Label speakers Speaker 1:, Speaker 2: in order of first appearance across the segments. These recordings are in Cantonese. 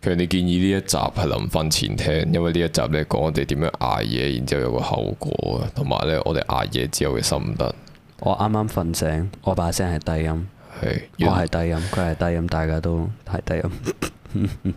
Speaker 1: 強烈建議呢一集係臨瞓前聽，因為呢一集咧講我哋點樣捱夜，然之後有個後果啊，同埋咧我哋捱夜之後嘅心得
Speaker 2: 我啱啱瞓醒，我把聲係低音，
Speaker 1: 係。
Speaker 2: 我係低音，佢係低音，大家都係低音。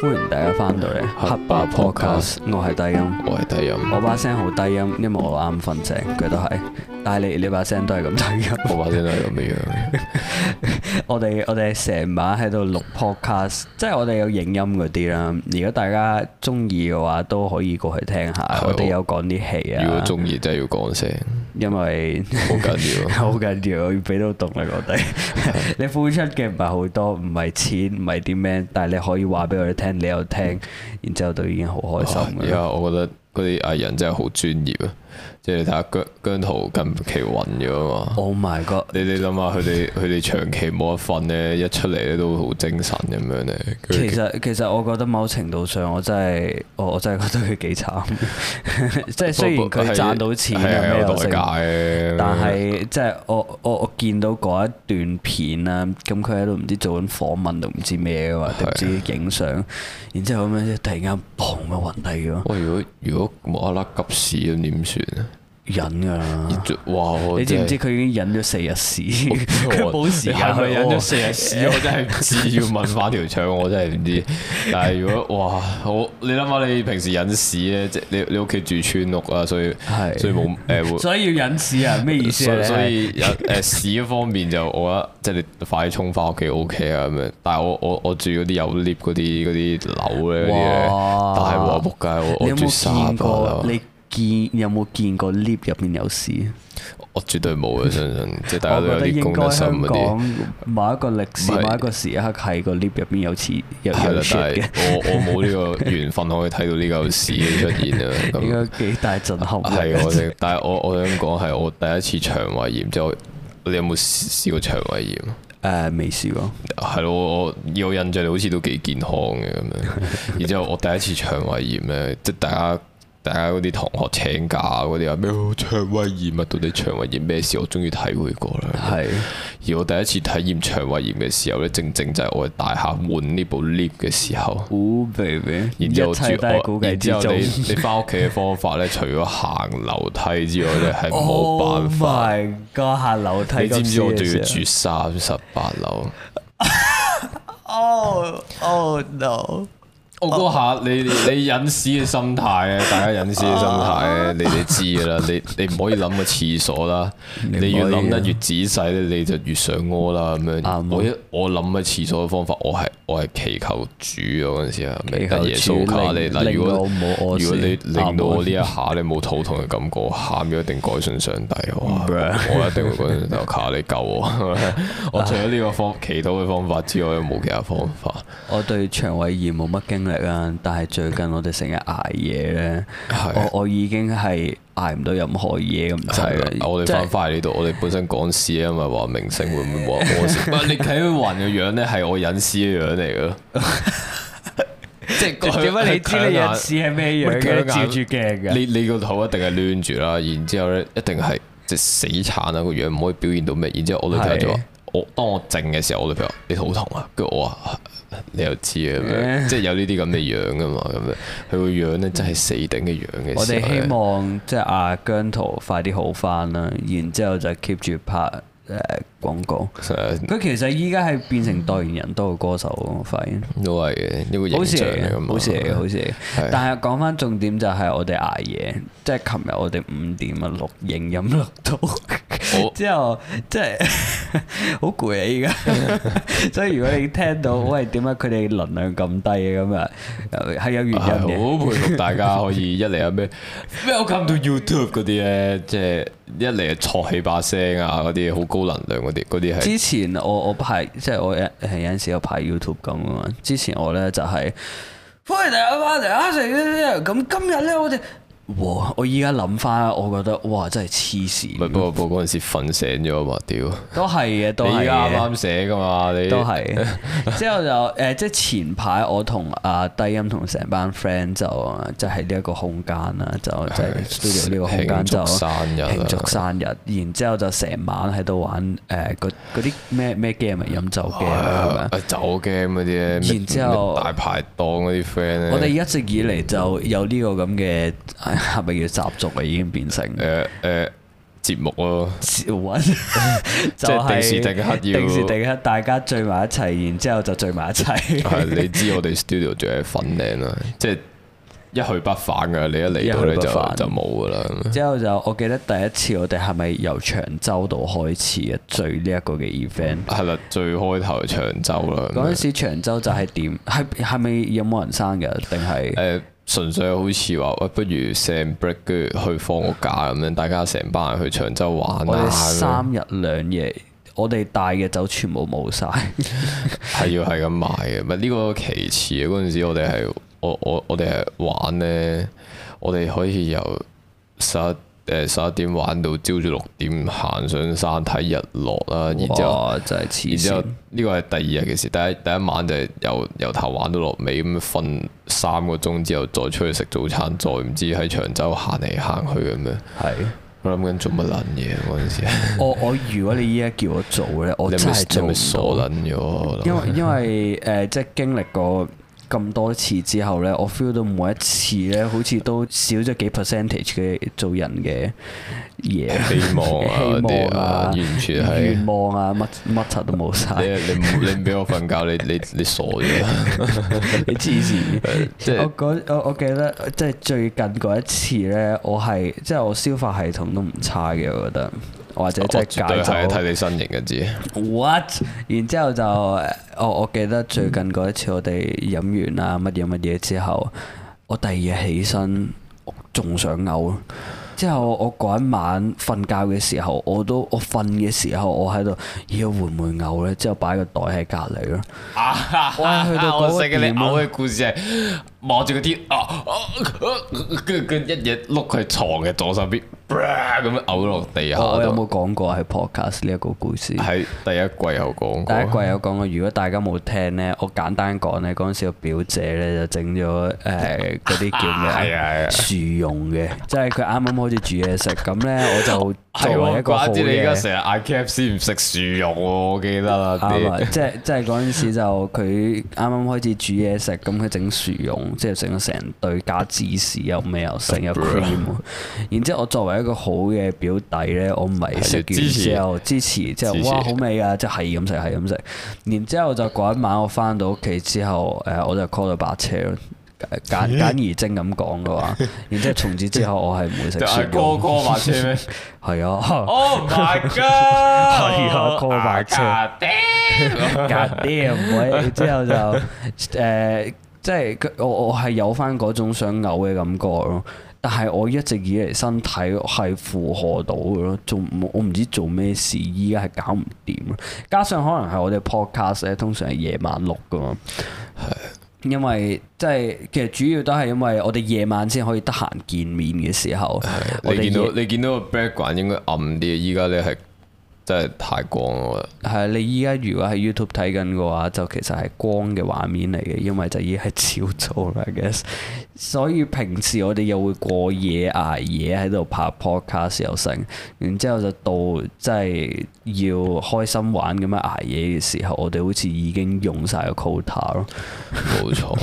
Speaker 2: 歡迎大家翻到嚟
Speaker 1: 黑白 Podcast
Speaker 2: 我係低音，
Speaker 1: 我係低音，
Speaker 2: 我把聲好低音，因為我啱瞓醒，佢都係。但係你你把聲都係咁低音。
Speaker 1: 我把聲都係咁嘅樣。
Speaker 2: 我哋我哋成晚喺度錄 podcast，即係我哋有影音嗰啲啦。如果大家中意嘅話，都可以過去聽下。
Speaker 1: 係
Speaker 2: 我哋有講啲戲
Speaker 1: 如果
Speaker 2: 啊，
Speaker 1: 中意真係要講聲，
Speaker 2: 因為
Speaker 1: 好緊 要。
Speaker 2: 好緊要，要俾到動力我哋。你付出嘅唔係好多，唔係錢，唔係啲咩，但係你可以話俾我哋聽，你又聽，然之後都已經好開心啊
Speaker 1: 而
Speaker 2: 㗎啦。
Speaker 1: 家我覺得嗰啲藝人真係好專業啊！即係你睇下姜姜濤近期暈咗啊嘛。
Speaker 2: Oh my god！
Speaker 1: 你你諗下佢哋佢哋長期冇得瞓咧，一出嚟咧都好精神咁樣咧。佢
Speaker 2: 其實其實我覺得某程度上我真係我我真係覺得佢幾慘， 即係雖然
Speaker 1: 不過
Speaker 2: 佢賺到錢
Speaker 1: 係
Speaker 2: 啊
Speaker 1: 係
Speaker 2: 咩
Speaker 1: 有
Speaker 2: 又
Speaker 1: 代
Speaker 2: 剩
Speaker 1: 價嘅，
Speaker 2: 但係即係我我我見到嗰一段片啦，咁佢喺度唔知做緊訪問定唔知咩嘅話，定唔知影相，然之後咁樣突然間砰咁暈低咗，
Speaker 1: 喂，如果如果無啦啦急屎咁點算啊？
Speaker 2: 忍㗎啦！
Speaker 1: 哇！我
Speaker 2: 你知唔
Speaker 1: 真
Speaker 2: 知
Speaker 1: 係？
Speaker 2: 佢已經忍咗四日屎？
Speaker 1: 我
Speaker 2: 佢冇時
Speaker 1: 係
Speaker 2: 間去
Speaker 1: 咪忍咗
Speaker 2: 屙
Speaker 1: 四日屎？ 我真係啊唔知，要問翻條腸，我真係唔知。但係如果哇，我你諗下，你平時忍屎咧，即係你你屋企住村屋啊，所以
Speaker 2: 係
Speaker 1: 所以冇誒會
Speaker 2: 所以要忍屎啊？咩意思
Speaker 1: 所
Speaker 2: 啊？
Speaker 1: 以所
Speaker 2: 你係
Speaker 1: 以有 誒屎嗰方面就我覺得即係你快啲衝翻屋企 O K 啊咁樣，但係我我我住嗰啲有 lift 嗰啲嗰啲樓咧嗰啲咧，
Speaker 2: 哇
Speaker 1: 但係我仆街我
Speaker 2: 你
Speaker 1: 我住
Speaker 2: 有
Speaker 1: 啊
Speaker 2: 冇見
Speaker 1: 三個
Speaker 2: 過
Speaker 1: 樓？，
Speaker 2: 你見有冇見過 lift 入邊有屎？
Speaker 1: 我絕對冇嘅，相信即係大家
Speaker 2: 我
Speaker 1: 都有
Speaker 2: 覺得
Speaker 1: 啲
Speaker 2: 應
Speaker 1: 公
Speaker 2: 該
Speaker 1: 德心
Speaker 2: 香
Speaker 1: 嗰啲。
Speaker 2: 港某一個歷史、
Speaker 1: 唔係
Speaker 2: 某一個時刻係個 lift 入邊有錢有
Speaker 1: 係
Speaker 2: 有
Speaker 1: 啦，但
Speaker 2: shit
Speaker 1: 係
Speaker 2: 嘅，
Speaker 1: 我我冇呢個緣分可以睇到呢嚿屎嘅出現啊！
Speaker 2: 應
Speaker 1: 咁
Speaker 2: 該幾大震撼啊力。
Speaker 1: 係我哋，但係我我想講係我第一次腸胃炎，即係我你有冇試過腸胃炎？
Speaker 2: 誒未試過，
Speaker 1: 係咯，我我以我印象你好似都幾健康嘅咁樣。 然之後我第一次腸胃炎咧，即係大家大家嗰啲同學請假嗰啲話咩哦腸胃炎啊，到底腸胃炎咩事？我終於體會過啦。
Speaker 2: 係
Speaker 1: 而我第一次體驗腸胃炎嘅時候咧，正正就係我喺大廈換呢部 lift 嘅時候。
Speaker 2: 估 baby，
Speaker 1: 然
Speaker 2: 一
Speaker 1: 之後
Speaker 2: 切都係
Speaker 1: 住
Speaker 2: 估
Speaker 1: 我，
Speaker 2: 計
Speaker 1: 然
Speaker 2: 之
Speaker 1: 之後你
Speaker 2: 中。
Speaker 1: 你翻屋企嘅方法咧，除咗行樓梯之外咧，係冇
Speaker 2: Oh
Speaker 1: 辦法。
Speaker 2: my god！下樓梯
Speaker 1: 你知唔知我仲要
Speaker 2: 咁啊
Speaker 1: 住三十八樓？
Speaker 2: ？Oh oh no！
Speaker 1: 我嗰下你你忍屎嘅心態 咧，大家忍屎嘅心
Speaker 2: 啊
Speaker 1: 態咧，啊你哋知噶啦，你你唔可以諗個廁所啦，
Speaker 2: 你唔
Speaker 1: 你越
Speaker 2: 可以
Speaker 1: 諗得
Speaker 2: 啊
Speaker 1: 越仔細咧，你就越想屙啦咁
Speaker 2: 啱啊
Speaker 1: 樣。我一我諗嘅廁所嘅方法，我係我係祈求主嗰陣時啊，
Speaker 2: 祈求
Speaker 1: 得耶穌
Speaker 2: 主
Speaker 1: 卡你
Speaker 2: 令
Speaker 1: 嗱，如
Speaker 2: 令我
Speaker 1: 果
Speaker 2: 唔好屙屎
Speaker 1: 如果你令到我呢一
Speaker 2: 啱啊
Speaker 1: 下你冇肚痛嘅感覺，我喊咗一定改信上帝，哇
Speaker 2: Bruh
Speaker 1: 我一定會改信上帝，卡你救我。 我除咗呢個方祈禱嘅方法之外，冇其他方法。
Speaker 2: 我對腸胃炎冇乜經歷啊，但係最近我哋成日捱夜咧，
Speaker 1: 係
Speaker 2: 我我已經係捱唔到任何嘢咁滯
Speaker 1: 係
Speaker 2: 啦。
Speaker 1: 啦，我哋
Speaker 2: 即係
Speaker 1: 翻返嚟呢度，我哋本身講屎啊，咪話明星會唔會冇得屙屎？唔 係你睇佢暈嘅樣咧，係我隱私嘅樣嚟嘅 咯。即係佢
Speaker 2: 點解你知你
Speaker 1: 佢強
Speaker 2: 人
Speaker 1: 硬
Speaker 2: 屎係咩樣
Speaker 1: 佢
Speaker 2: 嘅？
Speaker 1: 強
Speaker 2: 照
Speaker 1: 硬
Speaker 2: 住鏡嘅。
Speaker 1: 你你個肚一定係攣住啦，然之後咧一定係即係死撐啊個樣，唔可以表現到咩。然之後我女朋友就話
Speaker 2: 係：
Speaker 1: 我當我靜嘅時候，我女朋友話你肚痛啊，跟住我 話你又知啊咁樣，即係有呢啲咁嘅樣噶嘛咁樣。佢個樣咧真係死頂嘅樣嘅時候呢。
Speaker 2: 我哋希望即係阿姜濤快啲好翻啦，然之後就 keep 住拍誒、呃、廣告。
Speaker 1: 誒
Speaker 2: 佢其實依家係變成代言人多過歌手喎，我發現。
Speaker 1: 都係嘅，呢個
Speaker 2: 好
Speaker 1: 形
Speaker 2: 事
Speaker 1: 象
Speaker 2: 嚟
Speaker 1: 嚟噶
Speaker 2: 嘅，
Speaker 1: 嘛，
Speaker 2: 好事嚟嘅，好事嚟嘅
Speaker 1: 係。啊
Speaker 2: 但係講翻重點就係我哋捱夜，即係琴日我哋五點啊錄影音錄到， 之後即係 好攰啊 依家。所以如果你聽到喂點解佢哋能量咁低嘅咁啊，係有原因
Speaker 1: 啊係
Speaker 2: 嘅。
Speaker 1: 好佩服大家可以一嚟有咩 Welcome to YouTube 嗰啲咧，即係一嚟就挫起把聲啊，嗰啲好高能量嗰啲，嗰啲係
Speaker 2: 之前我我排即係我有係有陣時有排 YouTube 咁啊嘛。啊之前我咧就係、歡迎大家翻嚟啊！成咁今日咧我哋哇！我依家諗翻，我覺得哇，真係黐
Speaker 1: 唔係
Speaker 2: 線，
Speaker 1: 不過不過嗰陣時瞓醒咗啊嘛，屌！
Speaker 2: 都係嘅，都
Speaker 1: 你
Speaker 2: 係
Speaker 1: 依家
Speaker 2: 嘅
Speaker 1: 啱啱寫噶嘛，你
Speaker 2: 都係。之後就誒、呃即係前排我同阿低音同成班 friend 就即係呢一個空間啦，就即係 studio 呢個空間就
Speaker 1: 慶祝生日啊
Speaker 2: 慶祝生日，然之後就成晚喺度玩誒嗰嗰啲咩咩 game 咪飲酒 game 啊係咪
Speaker 1: 啊酒 game 嗰啲咧，咩
Speaker 2: 然之後
Speaker 1: 咩大排檔嗰啲 friend 咧，
Speaker 2: 我哋一直以嚟就有呢個咁嘅 唉係咪叫習俗啊？已經變成
Speaker 1: 誒誒節目咯，
Speaker 2: 潮 揾， 就係
Speaker 1: 定時定刻要
Speaker 2: 定時定刻大家聚埋一齊，然之後就聚埋 一
Speaker 1: 係
Speaker 2: 齊。
Speaker 1: 你知我哋 studio 住喺粉嶺啦，即係一去不返噶，你一嚟到
Speaker 2: 一
Speaker 1: 咧
Speaker 2: 去不
Speaker 1: 就
Speaker 2: 返
Speaker 1: 就冇噶啦。
Speaker 2: 之後就我記得第一次我哋係咪由長洲度開始嘅聚呢一個嘅 event？
Speaker 1: 係啦，最開頭長洲啦，
Speaker 2: 嗰陣時長洲就係點？係係咪有冇人生嘅？定係
Speaker 1: 誒純粹好似話，喂，不如成 break 跟住去放個假咁樣，大家成班人去長洲玩
Speaker 2: 我
Speaker 1: 啊，咁樣
Speaker 2: 哋三日兩夜，我哋帶嘅酒全部冇晒。
Speaker 1: 係要係咁買嘅，唔係呢個其次嘅。嗰陣時我哋係我我我哋係玩咧，我哋可以由十一誒十一點玩到朝早六點，行上山睇日落啦，然之後。
Speaker 2: 哇！真係
Speaker 1: 然
Speaker 2: 黐
Speaker 1: 之後
Speaker 2: 線。
Speaker 1: 呢個係第二日嘅事，第一第一晚就係由由頭玩到落尾咁瞓三個鐘之後，再出去食早餐，再唔知喺長洲行嚟行去咁樣。
Speaker 2: 係。
Speaker 1: 我諗緊做乜撚嘢嗰陣時，
Speaker 2: 我我如果你依家叫我做咧， 我
Speaker 1: 你
Speaker 2: 真
Speaker 1: 係咪
Speaker 2: 係
Speaker 1: 你係咪傻
Speaker 2: 做唔
Speaker 1: 撚
Speaker 2: 到。
Speaker 1: 咗我諗？
Speaker 2: 因為因為誒、呃即係經歷過咁多次之後咧，我 feel 到每一次咧，好似都少咗幾 percentage 嘅做人嘅嘢，
Speaker 1: 希望啊
Speaker 2: 希
Speaker 1: 啲
Speaker 2: 望
Speaker 1: 啊
Speaker 2: 啊，
Speaker 1: 完全係啊
Speaker 2: 願望啊，乜乜柒都冇晒
Speaker 1: 你，你唔你唔俾我瞓覺，你你你傻咗，
Speaker 2: 你黐線。
Speaker 1: 即係
Speaker 2: 我嗰我我記得即係最近嗰一次咧，我係即係我消化系統都唔差嘅，我覺得，或者即
Speaker 1: 我
Speaker 2: 係
Speaker 1: 哦絕對
Speaker 2: 戒
Speaker 1: 係
Speaker 2: 酒。啊
Speaker 1: 睇你身形嘅知。
Speaker 2: what？然之後就我我記得最近嗰一次我哋飲完啦乜嘢乜嘢之後，我第二日起身我仲想嘔。之後我嗰一晚瞓覺嘅時候，我都我瞓嘅時候，我喺度，咦會唔會嘔呢？之後擺個袋喺隔離咯。哇去到嗰個
Speaker 1: 啊我識嘅你
Speaker 2: 點啊
Speaker 1: 嘔嘅故事係望住嗰啲啊啊啊跟住佢一嘢碌佢床嘅左手邊，啪咁樣嘔落地下
Speaker 2: 我我有
Speaker 1: 度。
Speaker 2: 冇講過喺 podcast 呢一個故事？
Speaker 1: 喺第一季有講
Speaker 2: 第一
Speaker 1: 過，
Speaker 2: 季有講過，如果大家冇聽呢，我簡單講呢，嗰陣時個表姐呢就整咗誒嗰啲叫咩 啊
Speaker 1: 係啊係啊
Speaker 2: 薯蓉嘅，即係佢啱啱開始煮嘢食，咁呢，我就
Speaker 1: 係
Speaker 2: 作為
Speaker 1: 喎，
Speaker 2: 一個好
Speaker 1: 怪之你而家
Speaker 2: 嘅。
Speaker 1: 成日嗌 K F C 唔食薯肉喎，我記得啦
Speaker 2: 啱啊！
Speaker 1: 啲。
Speaker 2: 即係即係嗰陣時就佢啱啱開始煮嘢食，咁佢整薯蓉，即係整咗成對加芝士又咩又成又 cream 喎。然之後我作為一個好嘅表弟咧，我唔係食完
Speaker 1: 支持
Speaker 2: 之後支持，之後
Speaker 1: 支持
Speaker 2: 哇好味啊！即係咁食係咁食。然之後就嗰一晚我翻到屋企之後，誒我就 call 咗白車咯。簡 簡而精咁講嘅話，然之後從此之後我係唔會食
Speaker 1: 就
Speaker 2: 薯
Speaker 1: 係啊哥
Speaker 2: 蓉，
Speaker 1: 哥白車咩
Speaker 2: 係啊
Speaker 1: ？Oh my god！係
Speaker 2: 啊哥哥白車，God damn 喂之後就誒、即係佢我我係有翻嗰種想嘔嘅感覺咯。但係我一直以嚟身體係負荷到嘅咯，做唔我唔知做咩事，依家係搞唔掂咯。加上可能係我哋 podcast 咧，通常係夜晚錄噶嘛。因為即係其實主要都係因為我哋夜晚先可以得閒見面嘅時候，我哋
Speaker 1: 你見到
Speaker 2: 夜
Speaker 1: 你見到個 background 應該暗啲，依家咧係真係太光啦我覺
Speaker 2: 係啊你依家如果喺 YouTube 睇緊嘅話，就其實係光嘅畫面嚟嘅，因為就已經係朝早啦，I guess。所以平時我哋又會過夜捱夜喺度拍 podcast 又成，然之後就到即係要開心玩咁樣捱夜嘅時候，我哋好似已經用晒個 quota 咯。
Speaker 1: 得冇錯。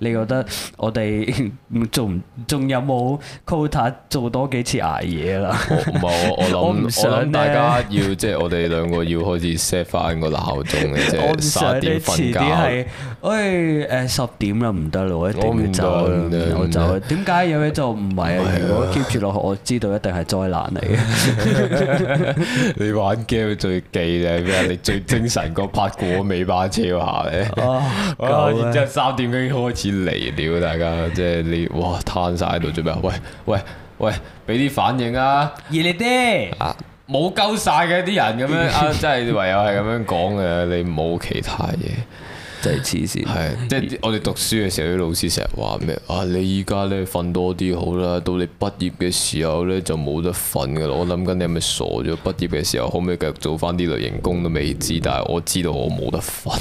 Speaker 2: 你覺得我哋 仲仲有冇 quota 做多幾次捱夜啦？
Speaker 1: 我唔係我我諗
Speaker 2: 我唔想
Speaker 1: 我諗
Speaker 2: 呢
Speaker 1: 大家要即係我哋兩個要開始 set 翻個鬧鐘嘅，即
Speaker 2: 我唔
Speaker 1: 係
Speaker 2: 想
Speaker 1: 十一
Speaker 2: 你
Speaker 1: 點
Speaker 2: 遲
Speaker 1: 瞓
Speaker 2: 啲
Speaker 1: 覺。
Speaker 2: 係，喂誒十點啦，唔得啦，我一
Speaker 1: 我
Speaker 2: 定
Speaker 1: 唔
Speaker 2: 要走啦嗯
Speaker 1: 得唔得，
Speaker 2: 我
Speaker 1: 唔
Speaker 2: 走
Speaker 1: 得
Speaker 2: 啦。點解有嘢做唔係啊？如果 keep 住落去，我知道一定係災難嚟 嘅。
Speaker 1: 你玩 game 最忌咧咩啊？ 你最精神嗰 part 過咗尾巴車嗰下咧。
Speaker 2: 啊，
Speaker 1: 啊！
Speaker 2: 夠
Speaker 1: 然之
Speaker 2: 啦
Speaker 1: 後三點已經開始嚟屌大家，即係你哇攤晒喺度做咩啊？喂喂喂，俾啲反應啊！
Speaker 2: 熱烈啲，
Speaker 1: 啊冇鳩晒嘅啲人咁樣啊，真係唯有係咁樣講嘅，你冇其他嘢。
Speaker 2: 真係黐線。
Speaker 1: 係，即係我哋讀書嘅時候，啲老師成日話咩啊？你依家咧瞓多啲好啦，到你畢業嘅時候咧就冇得瞓噶啦。我諗緊你係咪傻咗？畢業嘅時候可唔可以繼續做翻啲類型工都未知，但係我知道我冇得瞓。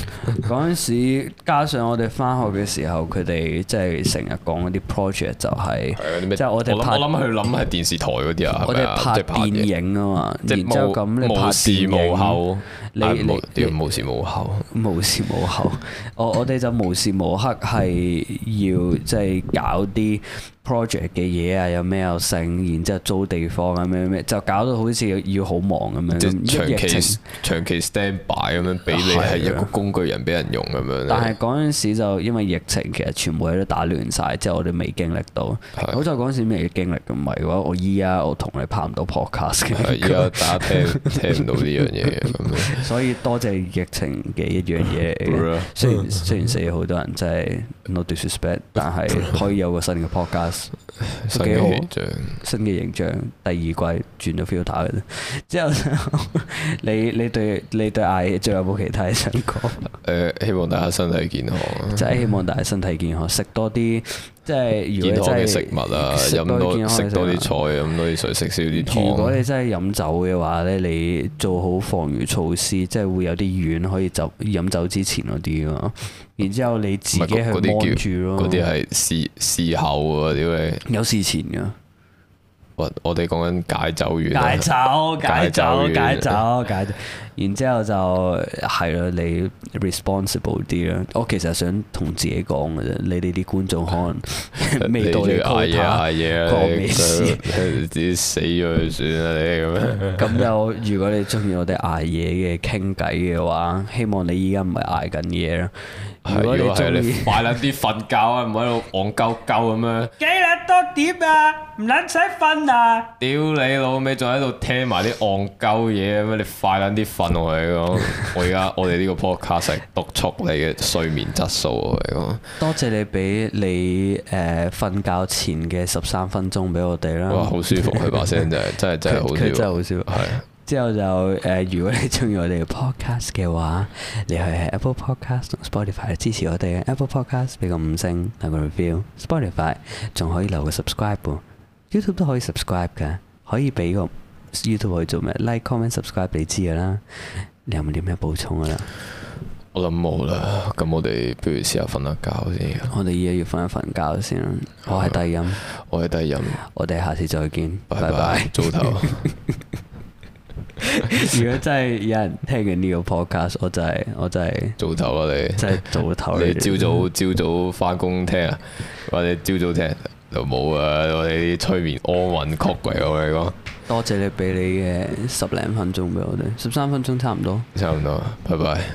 Speaker 2: 嗰陣時，加上我哋翻學嘅時候，佢哋即係成日講嗰啲 project 就
Speaker 1: 係
Speaker 2: 係、
Speaker 1: 啊啲咩
Speaker 2: 即係我哋
Speaker 1: 我諗
Speaker 2: 拍
Speaker 1: 我諗佢諗係電視台嗰啲啊，
Speaker 2: 我
Speaker 1: 係咪
Speaker 2: 哋
Speaker 1: 啊
Speaker 2: 拍
Speaker 1: 即係嘢
Speaker 2: 電影啊嘛，
Speaker 1: 即
Speaker 2: 然之後咁你
Speaker 1: 係無
Speaker 2: 拍
Speaker 1: 無
Speaker 2: 電
Speaker 1: 事無
Speaker 2: 影，
Speaker 1: 後，
Speaker 2: 你
Speaker 1: 啊
Speaker 2: 你
Speaker 1: 無屌無事無後，
Speaker 2: 無時無後，我我哋就無時無刻係要即係搞啲 project 嘅嘢啊，有咩又剩，然之後租地方啊咩咩咩，就搞到好似要好忙咁樣。
Speaker 1: 即
Speaker 2: 咁
Speaker 1: 係
Speaker 2: 嗯一疫
Speaker 1: 長
Speaker 2: 情
Speaker 1: 期長期 stand by 咁樣俾你
Speaker 2: 係啊
Speaker 1: 係一個工具人俾人用咁樣。
Speaker 2: 但係嗰陣時就因為疫情，其實全部嘢都打亂晒，之後我哋未經歷到。
Speaker 1: 係
Speaker 2: 好在嗰陣時未經歷，唔係嘅話，我依家我同你拍唔到 podcast
Speaker 1: 係
Speaker 2: 嘅，
Speaker 1: 而家大家聽聽唔到呢樣嘢嘅咁樣。
Speaker 2: 所以多謝疫情嘅一樣 嘢嚟嘅。
Speaker 1: Bruh
Speaker 2: 雖然雖然死咗好多人，真係 no disrespect，但係可以有個新嘅 podcast，
Speaker 1: 新
Speaker 2: 幾好
Speaker 1: 嘅現象，
Speaker 2: 新嘅形象，第二季轉咗 filter 嘅啫。之後就 你你對你對嗌最後有冇其他嘢想 講？
Speaker 1: 誒希望大家身體健康啊，
Speaker 2: 真係希望大家身體健康，食多啲即係
Speaker 1: 健
Speaker 2: 如
Speaker 1: 康
Speaker 2: 果你
Speaker 1: 嘅
Speaker 2: 真
Speaker 1: 食
Speaker 2: 係
Speaker 1: 物啊，
Speaker 2: 食
Speaker 1: 飲
Speaker 2: 多啲健
Speaker 1: 多
Speaker 2: 康嘅
Speaker 1: 食多啲
Speaker 2: 食
Speaker 1: 菜，飲多啲水，食少啲
Speaker 2: 如果
Speaker 1: 糖。
Speaker 2: 你真係飲酒嘅話咧，你做好防禦措施，即係會有啲丸可以就飲酒之前嗰啲咯。然之後你自己
Speaker 1: 唔係
Speaker 2: 去
Speaker 1: 嗰嗰啲
Speaker 2: 望
Speaker 1: 叫
Speaker 2: 住咯。
Speaker 1: 嗰啲係事事後啊！屌你，
Speaker 2: 有事前㗎。
Speaker 1: 我我哋講緊解酒丸啊
Speaker 2: 戒，酒、戒
Speaker 1: 戒酒
Speaker 2: 酒、戒酒、戒酒。然之後就係咯，你 responsible 啲啦。我其實想同自己講嘅啫，你哋啲觀眾可 能未到
Speaker 1: 你仲要
Speaker 2: 你
Speaker 1: 嗌嘢
Speaker 2: quota，
Speaker 1: 嗌嘢啊
Speaker 2: 關我
Speaker 1: 你
Speaker 2: 咩事
Speaker 1: 你自己死咗佢算啦，你咁樣。
Speaker 2: 咁就如果你中意我哋捱夜嘅傾偈嘅話，希望你依家唔係捱緊嘢啦。如果
Speaker 1: 係
Speaker 2: 你
Speaker 1: 如果係
Speaker 2: 中
Speaker 1: 你
Speaker 2: 意，
Speaker 1: 快撚啲瞓覺啊，唔好喺度戇鳩鳩咁樣。
Speaker 3: 幾撚多點啊？唔撚使瞓啊！
Speaker 1: 屌你老味，仲喺度聽埋啲戇鳩嘢咁樣，你快撚啲瞓我嚟講。 我而家我哋呢個 podcast 係督促你嘅睡眠質素我嚟講。
Speaker 2: 多謝你俾你誒瞓覺前嘅十三分鐘俾我哋啦。
Speaker 1: 哇，好舒服佢把聲真 係真係真係好
Speaker 2: 嗯佢真係
Speaker 1: 舒服。
Speaker 2: 好舒服。
Speaker 1: 係
Speaker 2: 之後就誒、呃如果你中意我哋嘅 podcast 嘅話，你係喺 Apple Podcast 同 Spotify 支持我哋嘅 Apple Podcast，俾個五星，留個 review。Spotify 仲可以留個 subscribe 喎，YouTube 都可以 subscribe 㗎，可以俾個 YouTube 去做咩？like、comment、subscribe 你知㗎啦。你有冇啲咩補充㗎啦？
Speaker 1: 我諗冇啦，咁我哋不如試下瞓下覺先。
Speaker 2: 我哋依家要瞓一瞓覺先啦。我係低音，
Speaker 1: 我係低音，
Speaker 2: 我哋下次再見，
Speaker 1: 拜
Speaker 2: 拜拜
Speaker 1: 拜，早唞。
Speaker 2: 如果真係有人聽緊呢個 podcast，我真係我真係
Speaker 1: 早唞啊你。
Speaker 2: 真係早頭
Speaker 1: 你
Speaker 2: 哋
Speaker 1: 朝早朝早翻工聽啊，或者朝早聽就冇啊！我哋啲催眠安魂曲嚟，我哋講
Speaker 2: 多謝你俾你嘅十零分鐘俾我哋，十三分鐘差唔多。
Speaker 1: 差唔多，拜拜。